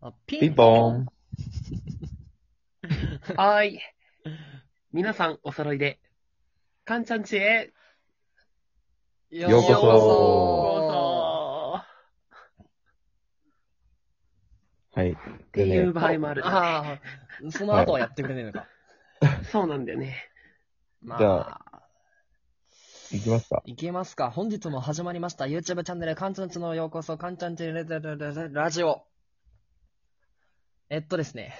あピピンポン。はーい。皆さんお揃いで、かんちゃんちへンようこそようこそはい。ってでいうね、場合もあるね、ああ、その後はやってくれないのか。そうなんだよね。まじゃあ、行きますか。 いけますか。本日も始まりました YouTube チャンネル、かんちゃんちのようこそ、かんちゃんちララララララジオ。えっとですね、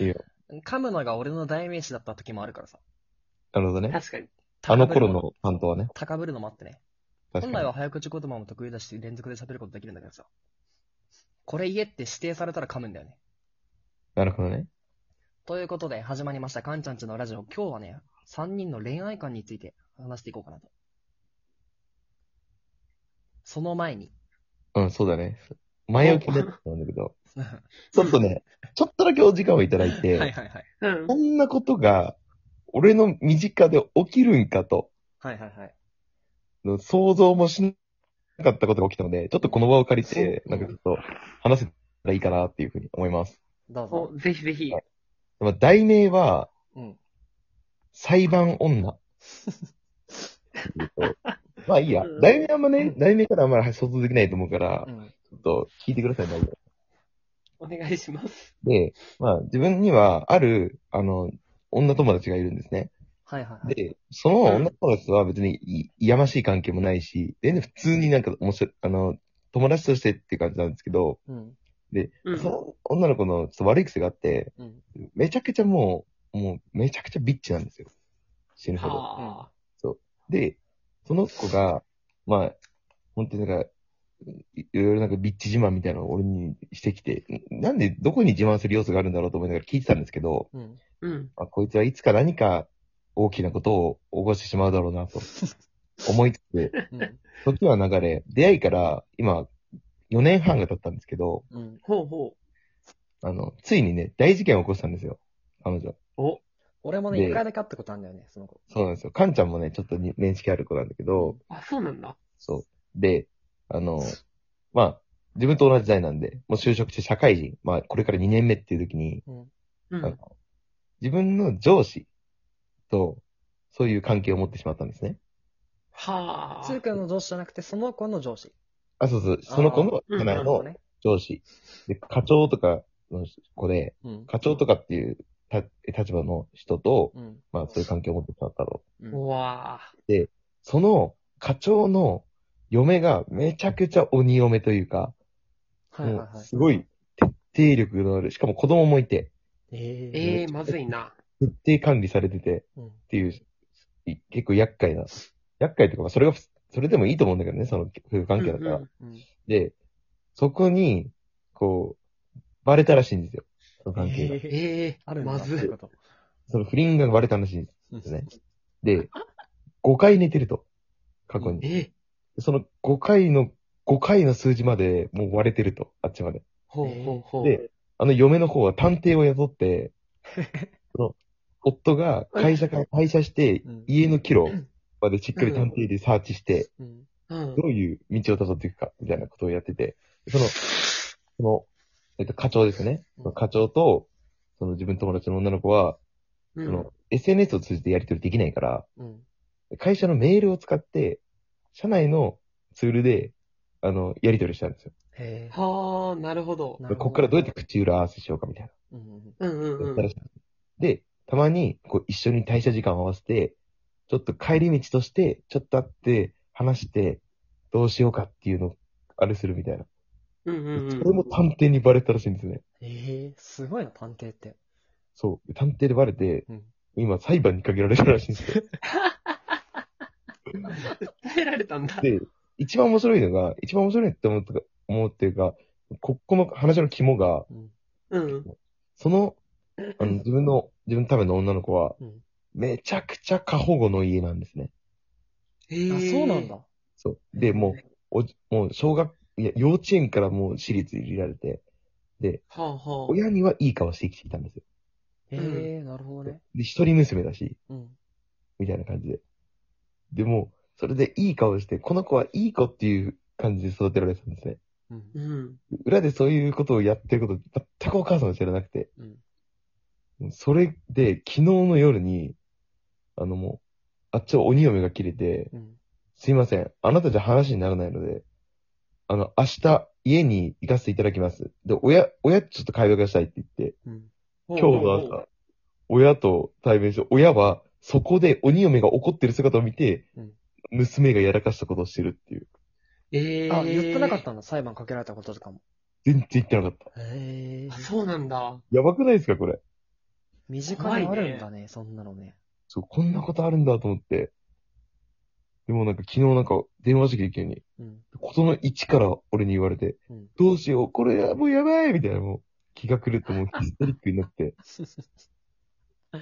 いいよ。噛むのが俺の代名詞だった時もあるからさ。なるほどね。確かに。あの頃の担当はね。高ぶるのもあってね。確か本来に。は早口言葉も得意だし、連続で喋ることできるんだけどさ。これ言えって指定されたら噛むんだよね。なるほどね。ということで、始まりました、かんちゃんちのラジオ。今日はね、3人の恋愛観について話していこうかなと。その前に、うん、そうだね。前置きだったんだけど、はちょっとね、ちょっとだけお時間をいただいいはいて、はい。はいうんこ。んなことが、俺の身近で起きるんかと、はいはい。想像もしなかったことが起きたので、ちょっとこの場を借りて、なんかちょっと話せたらいいかなっていうふうに思います。どうぞ。おぜひぜひ。まあ、題名は、うん。裁判女。まあいいやうん。題名あんまね、題名からあんまり想像できないと思うからう、ん。ちょっと聞いてください、内容お願いします。で、まあ自分にはある、あの、女友達がいるんですね。はいはいはい。で、その女友達とは別にいいやましい関係もないし、全然普通になんか面白い、あの、友達としてっていう感じなんですけど、うん。うん。その女の子のちょっと悪い癖があって、うん。めちゃくちゃもう、もうめちゃくちゃビッチなんですよ。死ぬほど。はで、その子が、まあ、本当になんか、いいろいろなんかビッチ自慢みたいなのを俺にしてきて、んなんでどこに自慢する要素があるんだろうと思いながら聞いてたんですけど、うん。あ。うん。あ、こいつはいつか何か大きなことを起こしてしまうだろうなと思いつつ、うん。時は流れ、出会いから今4年半が経ったんですけど、うん。ほうほあの、ついにね、大事件を起こしたんですよ、彼女。う。お。俺もね、で一回だけ会ったことあるんだよね、その子。そうなんですよ。カンちゃんもね、ちょっとに面識ある子なんだけど、あ、そうなんだ。そう。で、あの、まあ、自分と同じ代なんで、もう就職して社会人、まあ、これから2年目っていう時に、うん。うあのん。自分の上司と、そういう関係を持ってしまったんですね。はあ。つーくんの上司じゃなくて、その子の上司。あ、そうそう、その子のあー社な内るほどのね。上司。で、課長とかの子で、うん。課長とかっていうた立場の人と、うん。まあ、そういう関係を持ってしまったと。うんうわあ。その課長の嫁がめちゃくちゃ鬼嫁というか、はいはいもうはい。すごい徹底力のある、しかも子供もいて、ええ。ええー、まずいな。徹底管理されててうん。っていう、い結構厄介な、厄介というか、まあそれが、それでもいいと思うんだけどね、その夫婦関係だから。うんうん。で、そこに、こう、バレたらしいんですよ。その関係が。えうんええあるんだまそういうずこと。その不倫がバレたらしいんうんですね。で、5回寝てると。過去い。に。ええその5回の、5回の数字までもう割れてると。あっちまで。ほうほうほう。で、あの嫁の方は探偵を雇って、 その夫が会社から退社してうん、家の帰路までしっかり探偵でサーチして、うん。うんど。ういう道を辿っていくか、みたいなことをやってて、その、その、えっと、課長ですね。その課長と、その自分の友達の女の子は、うそん。の、SNS を通じてやり取りできないから、うん。会社のメールを使って、社内のツールで、あの、やり取りしたんですよ。へえ。はあ、なるほど。なるほこっからどうやって口裏合わせしようか、みたいな。うんうんうんうんやっうたらん。しいで、たまに、こう、一緒に退社時間を合わせて、ちょっと帰り道として、ちょっと会って、話して、どうしようかっていうのを、あれするみたいな。うんうんうん。それも探偵にバレたらしいんですね。ええすごいな、探偵って。そう。探偵でバレて、うん今裁判にかけられるらしいん ですよ。耐えられたんだ。で、一番面白いのが、一番面白いって思うとか、思うっていうか、ここの話の肝が、ううん。ん。その、あの、自分の、自分のための女の子は、うんめちゃくちゃ過保護の家なんですね。えあ、ーそうなんだ。。そう。で、もう、おじ、もう、小学、いや、幼稚園からもう私立入れられて、で、はあはあ。親にはいい顔して生きてきたんですよ。えんえなるほどね。で、一人娘だし、うん。みたいな感じで。でも、それでいい顔して、この子はいい子っていう感じで育てられてたんですね。うん。うん。裏でそういうことをやってること、全くお母さんは知らなくて。うん。それで、昨日の夜に、あのもう、あっちは鬼嫁が切れて、うん。すいません。あなたじゃ話にならないので、あの、明日、家に行かせていただきます。で、親、親ちょっと会話がしたいって言って、うん。今日の朝、親と対面して、親は、そこで鬼嫁が怒ってる姿を見て、うん娘がやらかしたことをしてるっていう。ええー。あ、言ってなかったんだ。裁判かけられたこととかも。全然言ってなかった。へえあ。そうなんだ。やばくないですか、これ。身近にあるんだね、そんなのね。そう、こんなことあるんだと思って。でもなんか昨日なんか電話してきて急に、うん。ことの1から俺に言われて、うん どうしよう、これやもうやばいみたいな、もう気が狂ってもうヒステリックになって、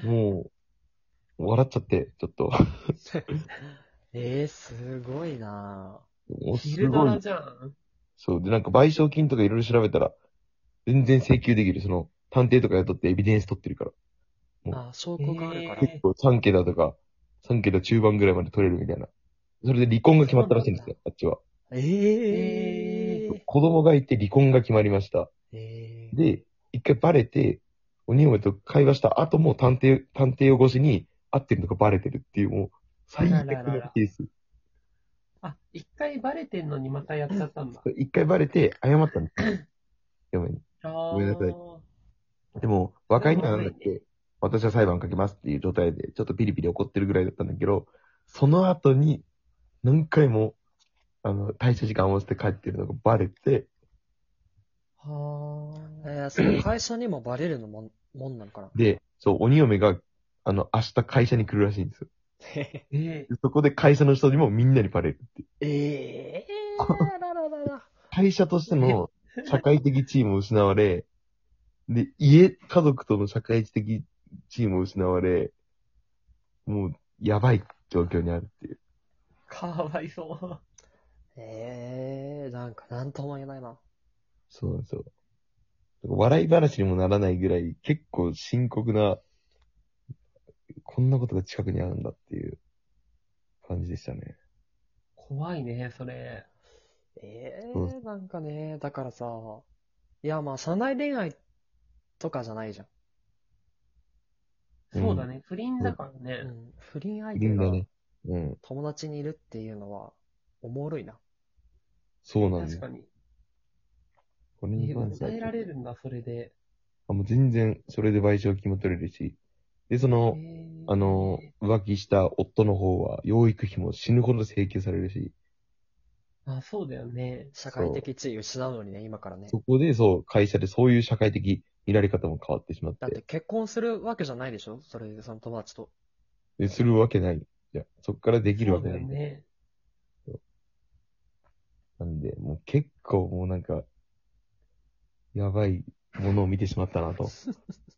もう、笑っちゃって、ちょっと。ええ、すごいなもうす昼ドごラい。じゃん。そう、でなんか賠償金とかいろいろ調べたら、全然請求できる。その、探偵とか雇ってエビデンス取ってるから。あ、証拠があるから。へえ結構3桁とか、3桁中盤ぐらいまで取れるみたいな。それで離婚が決まったらしいんですよ、あっちは。ええ。子供がいて離婚が決まりました。ええ。で、一回バレて、鬼嫁と会話した後も探偵、探偵を越しに会ってるのがバレてるっていう、もう、最悪あらららのらケース。あ、一回バレてんのにまたやっちゃったんだ。一回バレて、謝ったんです よ。嫁に。ご ごめんなさいでも、和解にはなんだっけ、私は裁判かけますっていう状態で、ちょっとピリピリ怒ってるぐらいだったんだけど、その後に、何回も、あの、退社時間を合わせて帰ってるのがバレて、はあ。えー、その会社にもバレるのも、もんなのかなで、そう、鬼嫁が、あの、明日会社に来るらしいんですよ。ええでそこで会社の人にもみんなにバレるっていう。え あらららら。会社としての社会的地位も失われ、で、家、家族との社会的地位も失われ、もう、やばい状況にあるっていう。ー、かわいそう。ええなんか、なんとも言えないな。そうなんですよ。笑い話にもならないぐらい、結構深刻な、こんなことが近くにあるんだっていう感じでしたね。怖いね、それ。ええうなんかね、だからさ、いや、まあ、社内恋愛とかじゃないじゃん。うんそうだね、不倫だからうね。ん。不倫相いる手んだがね。うん。友達にいるっていうのは、おもろいな。そうなん確だ。かに。これに関しては訴えられるんだ、それで。あ、もう全然、それで賠償金も取れるし。で、その、あの、浮気した夫の方は、養育費も死ぬほど請求されるし、あ、そうだよね。社会的地位失うのにね、今からね。そこでそう、会社でそういう社会的見られ方も変わってしまっだってて、結婚するわけじゃないでしょそれでその友達と。でするわけない。いや、そこからできるわけそうなだい。よね。なんで、もう結構もうなんか、やばいものを見てしまったな と。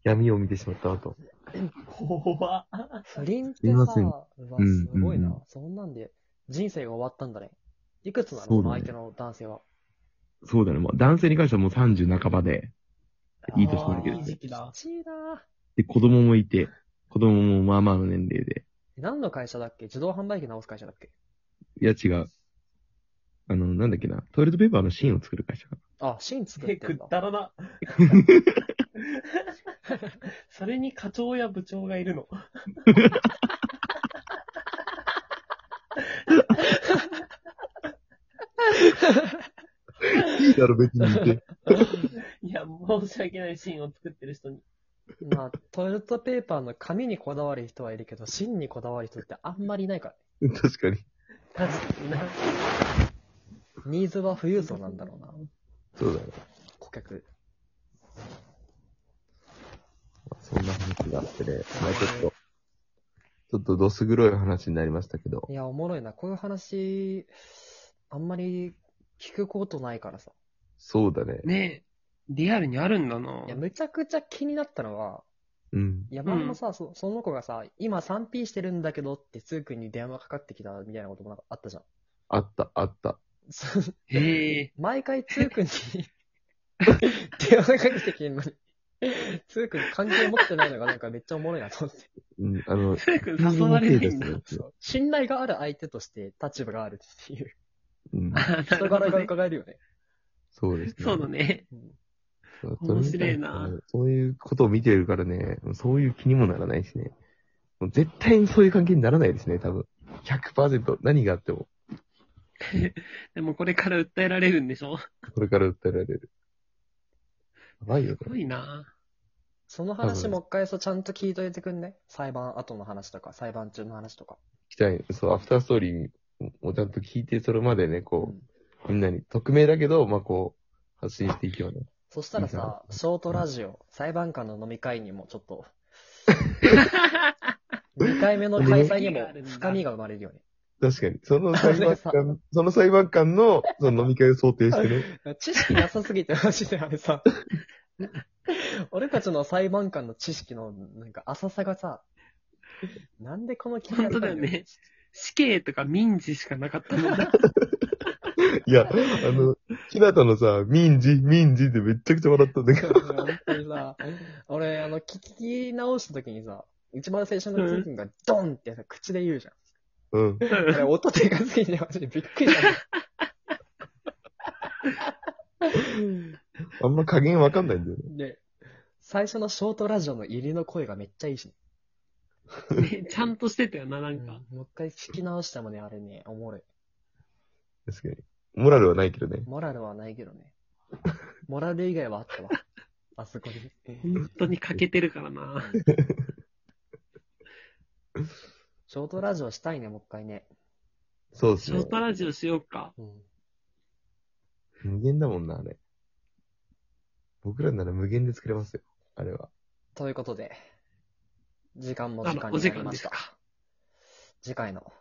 闇を見てしまったなと。怖っ。不倫ってすいまさ、せんうわ、うんすごいな、うんうんそんなんで人生が終わったんだね。いくつなのそそうだのね相手の男性は。そうだね。まあ男性に関してはもう30半ばで、いい年あなあ、んだけどいい時期だ。きちいなで、子供もいて、子供もまあまあの年齢で。何の会社だっけ自動販売機直す会社だっけいや違う。あの、なんだっけな。トイレットペーパーの芯を作る会社かあ、芯作え、ってくんっだ。たらな。 それに課長や部長がいるの。な。いいだろ、別に言って。 いや、申し訳ないシーンを作ってる人に。まあ、トイレットペーパーの紙にこだわる人はいるけど、芯にこだわる人ってあんまりいないから。 確かに。確かにな。ニーズは富裕層なんだろうな、そうだね。顧客。まあそんな話があってね。まあちょっと、ちょっとどす黒い話になりましたけど。いや、おもろいな。こういう話、あんまり聞くことないからさ。そうだね。ねえ、リアルにあるんだないや、むちゃくちゃ気になったのは、うん。いや、前もさ、そその子がさ、今 3P してるんだけどって、すーくんに電話かかってきたみたいなこともなんかあったじゃん。 あった、あった。そうへえ。毎回つ ーくんに電話かけてきてんのに、つーくん関係持ってないのがなんかめっちゃおもろいなと思って。うん、あの、それくん誘われないんだ。 そう信頼 がある相手として立場があるっていう、うん。人柄が伺えるよね。そうですね。そうだね。そう面白いなそれそういうことを見てるからね、そういう気にもならないしね。もう絶対にそういう関係にならないですね、多分。100%、何があっても、でもこれから訴えられるんでしょこれから訴えられる。やばいよ、すごいなその話もう一回そうちゃんと聞いといてくんね。裁判後の話とか、裁判中の話とか。期待、そう、アフターストーリーをちゃんと聞いて、それまでね、こうんう、みんなに、匿名だけど、まあ、こう、発信していけばね。そしたらさ、ショートラジオ、裁判官の飲み会にもちょっ と、2回目の開催にも深みが生まれるよね。確かに。その裁 判官、その裁判官の、その飲み会を想定してね。知識なさすぎて、マジであれさ。 俺たちの裁判官の知識の、なんか浅さがさ、なんでこの気になった本ん当だよね。死刑とか民事しかなかったもんな。いや、あの、日向のさ、民事、民事ってめっちゃくちゃ笑ったんだけど。本当にさ、俺、あの、聞き直した時にさ、一番最初のキー君がドンってさ、口で言うじゃん。うん。あれ、音でかすぎて、マジでびっくりした。あんま加減わかんないんだよね。で、最初のショートラジオの入りの声がめっちゃいいし、ね、ねちゃんとしてたよな、なんか。もう一回聞き直してもね、あれね、おもろい。確かに。モラルはないけどね。モラルはないけどね。モラル以外はあったわ。あそこに。本当に欠けてるからな。ショートラジオしたいね、もう一回ね。そうですショねー。トラジオしようか。うん。無限だもんな、あれ。僕らなら無限で作れますよ。あれは。ということで、時間もあ時ら間、おに時なり間までしすた。か。次回の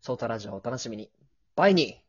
ショートラジオをお楽しみに。バイニー